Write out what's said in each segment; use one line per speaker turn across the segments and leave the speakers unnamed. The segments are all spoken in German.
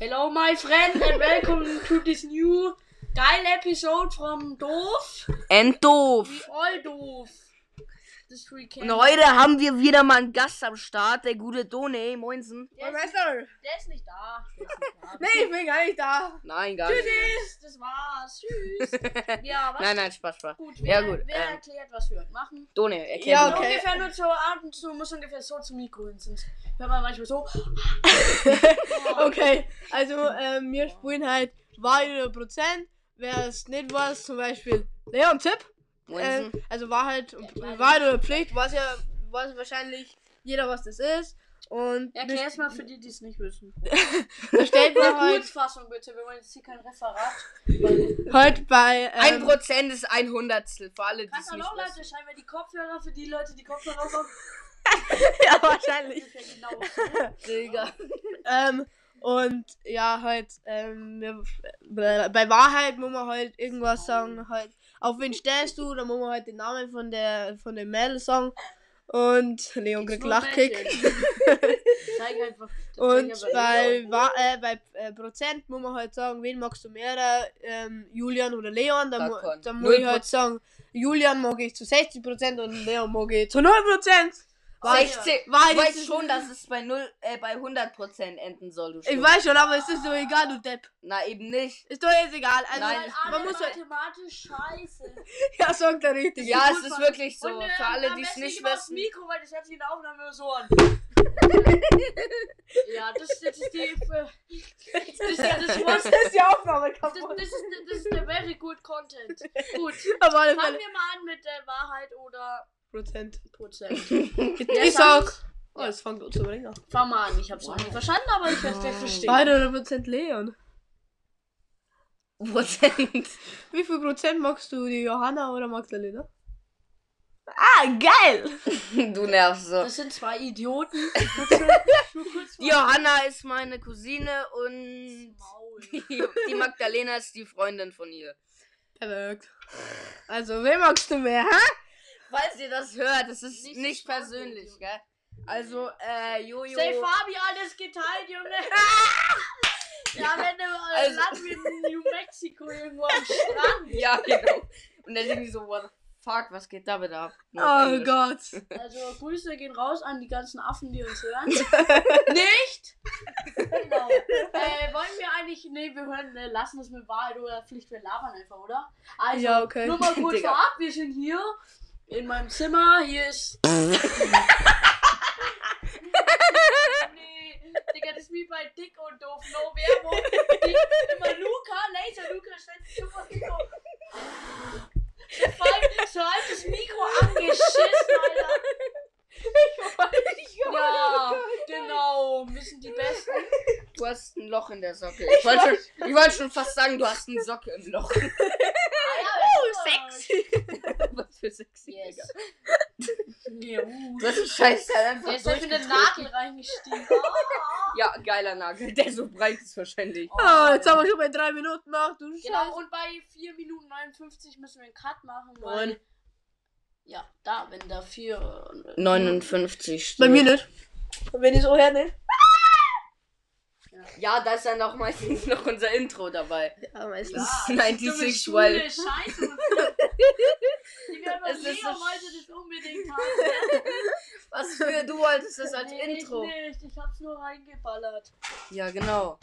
my friends and welcome to this new geil episode from Doof.
And
We
doof.
all doof. This weekend.
Und heute haben wir wieder mal einen Gast am Start, der gute Done. Moinsen.
Der ist, nicht-
Professor!
der ist nicht da. Der ist nicht da.
Nee, ich bin gar nicht da.
Nein, gar nicht.
Tschüss, das war's. Tschüss. Ja, was?
Nein, nein, Spaß, Spaß.
Gut,
Ja,
wer,
gut,
wer
ähm.
erklärt, was wir heute machen?
Done, erklär
Ja,
du mal.
Okay.
Ungefähr nur zur Ab und zu, muss ungefähr so zum Mikro hin, sonst hört man manchmal so.
Okay, also ähm, wir spielen halt Wahrheit oder Prozent. Wer es nicht weiß, zum Beispiel Leon Tipp. Äh,
Moinsen.
also Wahrheit, und-
klar.
Wahrheit oder Pflicht, weiß ja weiß wahrscheinlich jeder, was das ist. Und
Erklär es mal für die, die es nicht wissen.
da stellt man
Eine
halt,
Kurzfassung bitte, wir wollen jetzt hier kein Referat.
halt bei.
Ein
Ähm,
Prozent ist ein Hundertstel. Für alle, die
Kannst
es
du
nicht
noch Leute
wissen.
scheinbar die Kopfhörer für die Leute, die Kopfhörer haben?
ja, wahrscheinlich.
Ungefähr genau.
Digga.
Ähm, und ja, halt, ähm, wir- äh, bei Wahrheit muss man halt irgendwas sagen, halt, auf wen stellst du, dann muss man halt den Namen von der, von dem Mädel sagen. Und Leon kriegt
Nur
Lachkick.
Mädchen. Zeig einfach.
Und
zeig einfach
bei, Wa- äh, bei äh, Prozent muss man halt sagen, wen magst du mehr, ähm, Julian oder Leon, dann, mu
Kakon.
dann muss ich
Null
halt sagen, Julian mag ich zu 60% und Leon mag ich zu 0%. Wahrheit-
60.
Wahrheit
Du weißt
ist-
schon, dass es bei 0, äh, bei 100 Prozent enden soll, du
Ich
Schluck.
weiß schon, aber es ist doch egal, du Depp.
Na, eben nicht.
Ist doch jetzt egal. Also,
Nein,
Nein,
man
man
muss
muss halt-
mathematisch scheiße.
ja, sagt er richtig.
Ja,
gut
es ist
von-
wirklich so.
Und, äh,
Für alle,
am
die es
besten
nicht
immer aufs
wissen.
Mikro, weil das hört sich in der Aufnahme nur so an. ja, das, das ist die. Das, ist das, das,
Das
das,
ist die Aufnahme
das,
kaputt.
das, ist, das ist der very good content. Gut,
Auf alle
fangen
Fälle.
wir mal an mit der Wahrheit oder
Prozent.
Prozent.
Ich,
Ja,
ich
sag-
sag. Oh, es fängt an zu bringen.
Fang mal an, ich hab's noch nicht verstanden, aber ich werd's gleich verstehen.
Beide oder Prozent Leon.
Prozent.
Wie viel Prozent magst du die Johanna oder Magdalena? Ah, geil!
Du nervst so.
Das sind zwei Idioten. Nur kurz
Die Johanna ist meine Cousine und
Maul.
die, die Magdalena ist die Freundin von ihr.
Perfekt. Also, wen magst du mehr, hä?
Falls ihr das hört, es ist
Nicht
nicht,
so stark,
persönlich,
Jojo.
gell? Also, äh, Jojo.
Sei Fabi alles geteilt, Junge. ja, wenn du äh,
Also-
Land wie New Mexico irgendwo am Strand.
Ja, genau. Und dann denke ich so, what the fuck, was geht da bitte ab? Nur auf
Oh
Englisch.
Gott.
Also Grüße gehen raus an die ganzen Affen, die uns hören. Nicht? genau. Äh, wollen wir eigentlich. Nee, wir hören, äh, lassen es mit Wahrheit oder Pflicht, wir labern einfach, oder? Also,
Ja, okay.
nur mal kurz
Digga.
vorab, wir sind hier in meinem Zimmer. Hier ist. Nee, Digga, das ist wie bei Dick und Doof. No Werbung. Dick, immer Luca, Laser Luca, stellt sich super Mikro. Vor allem so alt das Mikro angeschissen, Alter.
oh
Ja, genau. Wir sind die Besten.
Du hast ein Loch in der Socke. Ich wollte schon, ich wollte schon fast sagen, du hast eine Socke im Loch.
Oh,
was für sexy.
Yes.
Digga.
Ja, uh.
Du hast den Scheiß halt einfach.
Der ist halt in den
durchgetreten.
Nagel reingestiegen. Oh.
Ja, geiler Nagel. Der so breit ist wahrscheinlich.
Oh, jetzt haben wir schon bei drei Minuten nach, du
Genau,
Scheiße.
und bei 4 Minuten 59 müssen wir einen Cut machen, weil.
Neun.
Ja, da, wenn da 4.
59.
Bei
steht.
mir nicht. Wenn ich so hernehme.
Ja, da ist dann auch meistens noch unser Intro dabei.
Ja, meistens.
Ja,
96
Schule,
Schwall.
Scheiße. und- Die werden
Es
Leon
ist so
wollte das unbedingt haben.
Was für, du wolltest das als
Nee,
Intro.
Ich nicht, ich hab's nur reingeballert.
Ja, genau.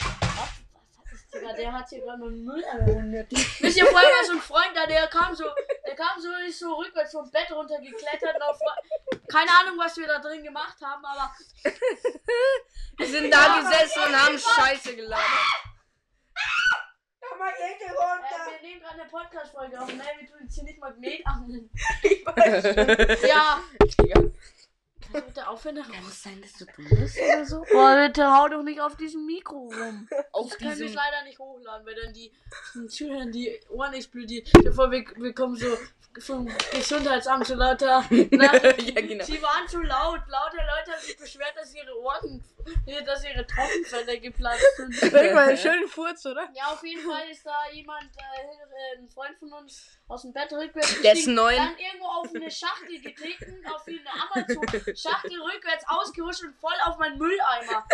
Digga, der hat hier gerade nur einen Müll angerundet. Wisst ihr, vorher war so ein Freund da, der kam so, der kam so, ist so rückwärts vom Bett runtergeklettert. Und auf, keine Ahnung, was wir da drin gemacht haben, aber
Wir sind da gesessen und haben Scheiße geladen.
Ja, mein Enkel
äh, wir nehmen gerade eine Podcast-Folge auf. Nein, wir tun jetzt hier nicht mal Met an.
ja.
Ja. Kannst du bitte aufhören, da raus sein, dass du benutzt oder so? Boah, bitte hau doch nicht auf diesem Mikro rum.
Auf
Können wir es
diesem.
leider nicht hochladen, weil dann die Türen die Ohren explodieren. Bevor wir, wir kommen so vom Gesundheitsamt so lauter Nachrichten.
Ja, genau.
Sie waren zu laut. Lauter Leute haben sich beschwert, dass ihre Ohren, dass ihre Trommelfelder geplatzt sind.
Denk mal, einen schönen Furz, oder?
Ja, auf jeden Fall ist da jemand, äh, ein Freund von uns, aus dem Bett rückwärts
Der ist
gestiegen,
neun.
dann irgendwo auf eine Schachtel getreten, auf eine Amazon-Schachtel rückwärts ausgerutscht und voll auf meinen Mülleimer.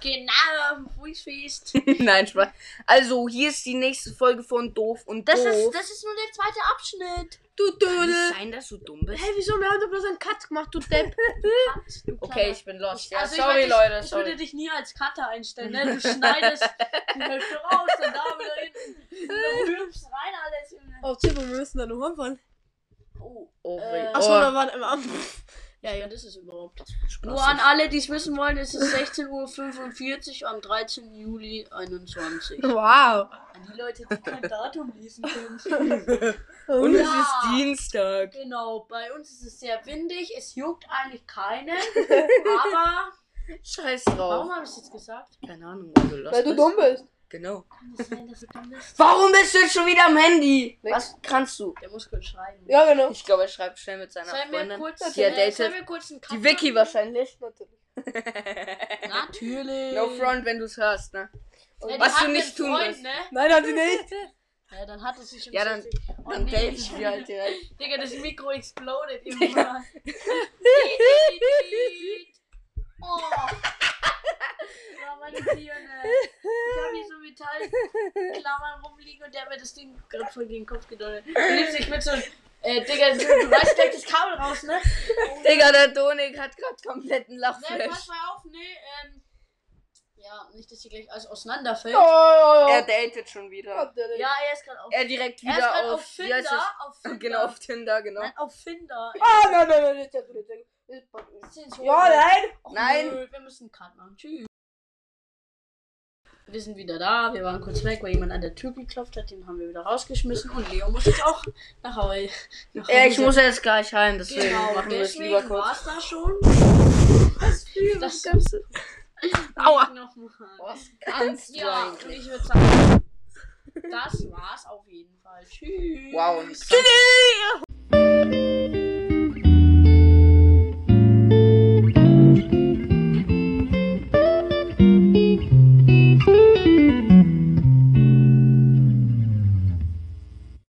Genau, auf dem Fußfest.
Ah, Nein, Spaß. Also, hier ist die nächste Folge von Doof und
Das ist,
Doof.
das ist nur der zweite Abschnitt.
Du
Kann es
Dödel.
sein, dass du dumm bist?
Hey, wieso? Wir haben doch bloß einen Cut gemacht, du Depp.
Hans, du
Okay,
kleiner-
ich bin lost.
Ich-
Ja,
also ich
sorry,
würd dich-
Leute.
Ich
Sorry.
würde dich nie als Cutter einstellen, ne? Du schneidest die Hälfte raus, dann da wieder hinten. Du rührst rein alles. In
Oh, Zippo, wir müssen da noch anfangen.
oh.
Oh,
Äh,
weh.
Achso,
Oh.
da war im Amt. Ja, ja, das ist überhaupt.
Nur an alle, die es wissen wollen, ist es 16.45 Uhr am 13. Juli 21.
Wow.
An die Leute, die kein Datum lesen können.
Und es
Ja.
ist Dienstag.
Genau, bei uns ist es sehr windig, es juckt eigentlich keinen, aber...
Scheiß
Warum
drauf.
habe ich es jetzt gesagt?
Keine Ahnung, weil du lost bist.
bist.
Genau.
Kann das sein, dass du dumm bist?
Warum bist du jetzt schon wieder am Handy?
Nix.
Was kannst du?
Der muss kurz schreiben.
Ja, genau.
Ich glaube, er schreibt schnell mit seiner
Soll mir
Freundin.
kurz,
die er
äh, soll
datet.
mir kurz einen Kaffee
Die Vicky wahrscheinlich.
Natürlich.
No front, wenn du es hörst, ne?
Ja, die
Was
hat
du nicht
einen
tun
Freund,
wirst.
Ne?
Nein, hat sie nicht.
Ja, dann hat es sich
Ja, dann-
oh,
Dann
nee.
date ich die halt direkt.
Digga, das Mikro explodet irgendwann. Tiet, tiet, tiet. oh. Ja, meine Birne. Ich hab hier so Metallklammern rumliegen und der hat mir das Ding gerade voll gegen den Kopf gedonnert. Du nimmst dich mit so einem. Äh, Digga, du, du weißt gleich das Kabel raus, ne?
Digga, der Donik hat gerade kompletten
Ne, pass
Lachflash.
mal auf, ne? Ähm, ja, nicht, dass hier gleich alles auseinanderfällt.
Er
Oh,
datet schon wieder.
Ja, er ist gerade auf.
Er direkt
Er ist gerade
wieder
auf
auf. wie heißt
Finder. Auf
das?
Finder.
Genau, auf Tinder, genau.
Nein, auf Finder.
Ah, nein, nein, nein, nein, nein, nein, nein. Ja, nein.
Och,
Nein.
Oh, Nö, wir müssen einen Cut machen. Tschüss. Wir sind wieder da. Wir waren kurz weg, weil jemand an der Tür geklopft hat. Den haben wir wieder rausgeschmissen. Und Leo muss jetzt auch nach Hause. Nach
Ja, ich
Hause.
muss jetzt gleich heim, deswegen
Genau,
machen wir es
deswegen
lieber kurz.
war's da schon.
Das
das
Ganze. Aua.
Nochmal.
Was kannst du
Ja, und
eigentlich?
ich würde sagen, das war's auf jeden Fall. Tschüss.
Wow, nicht
Tschüss.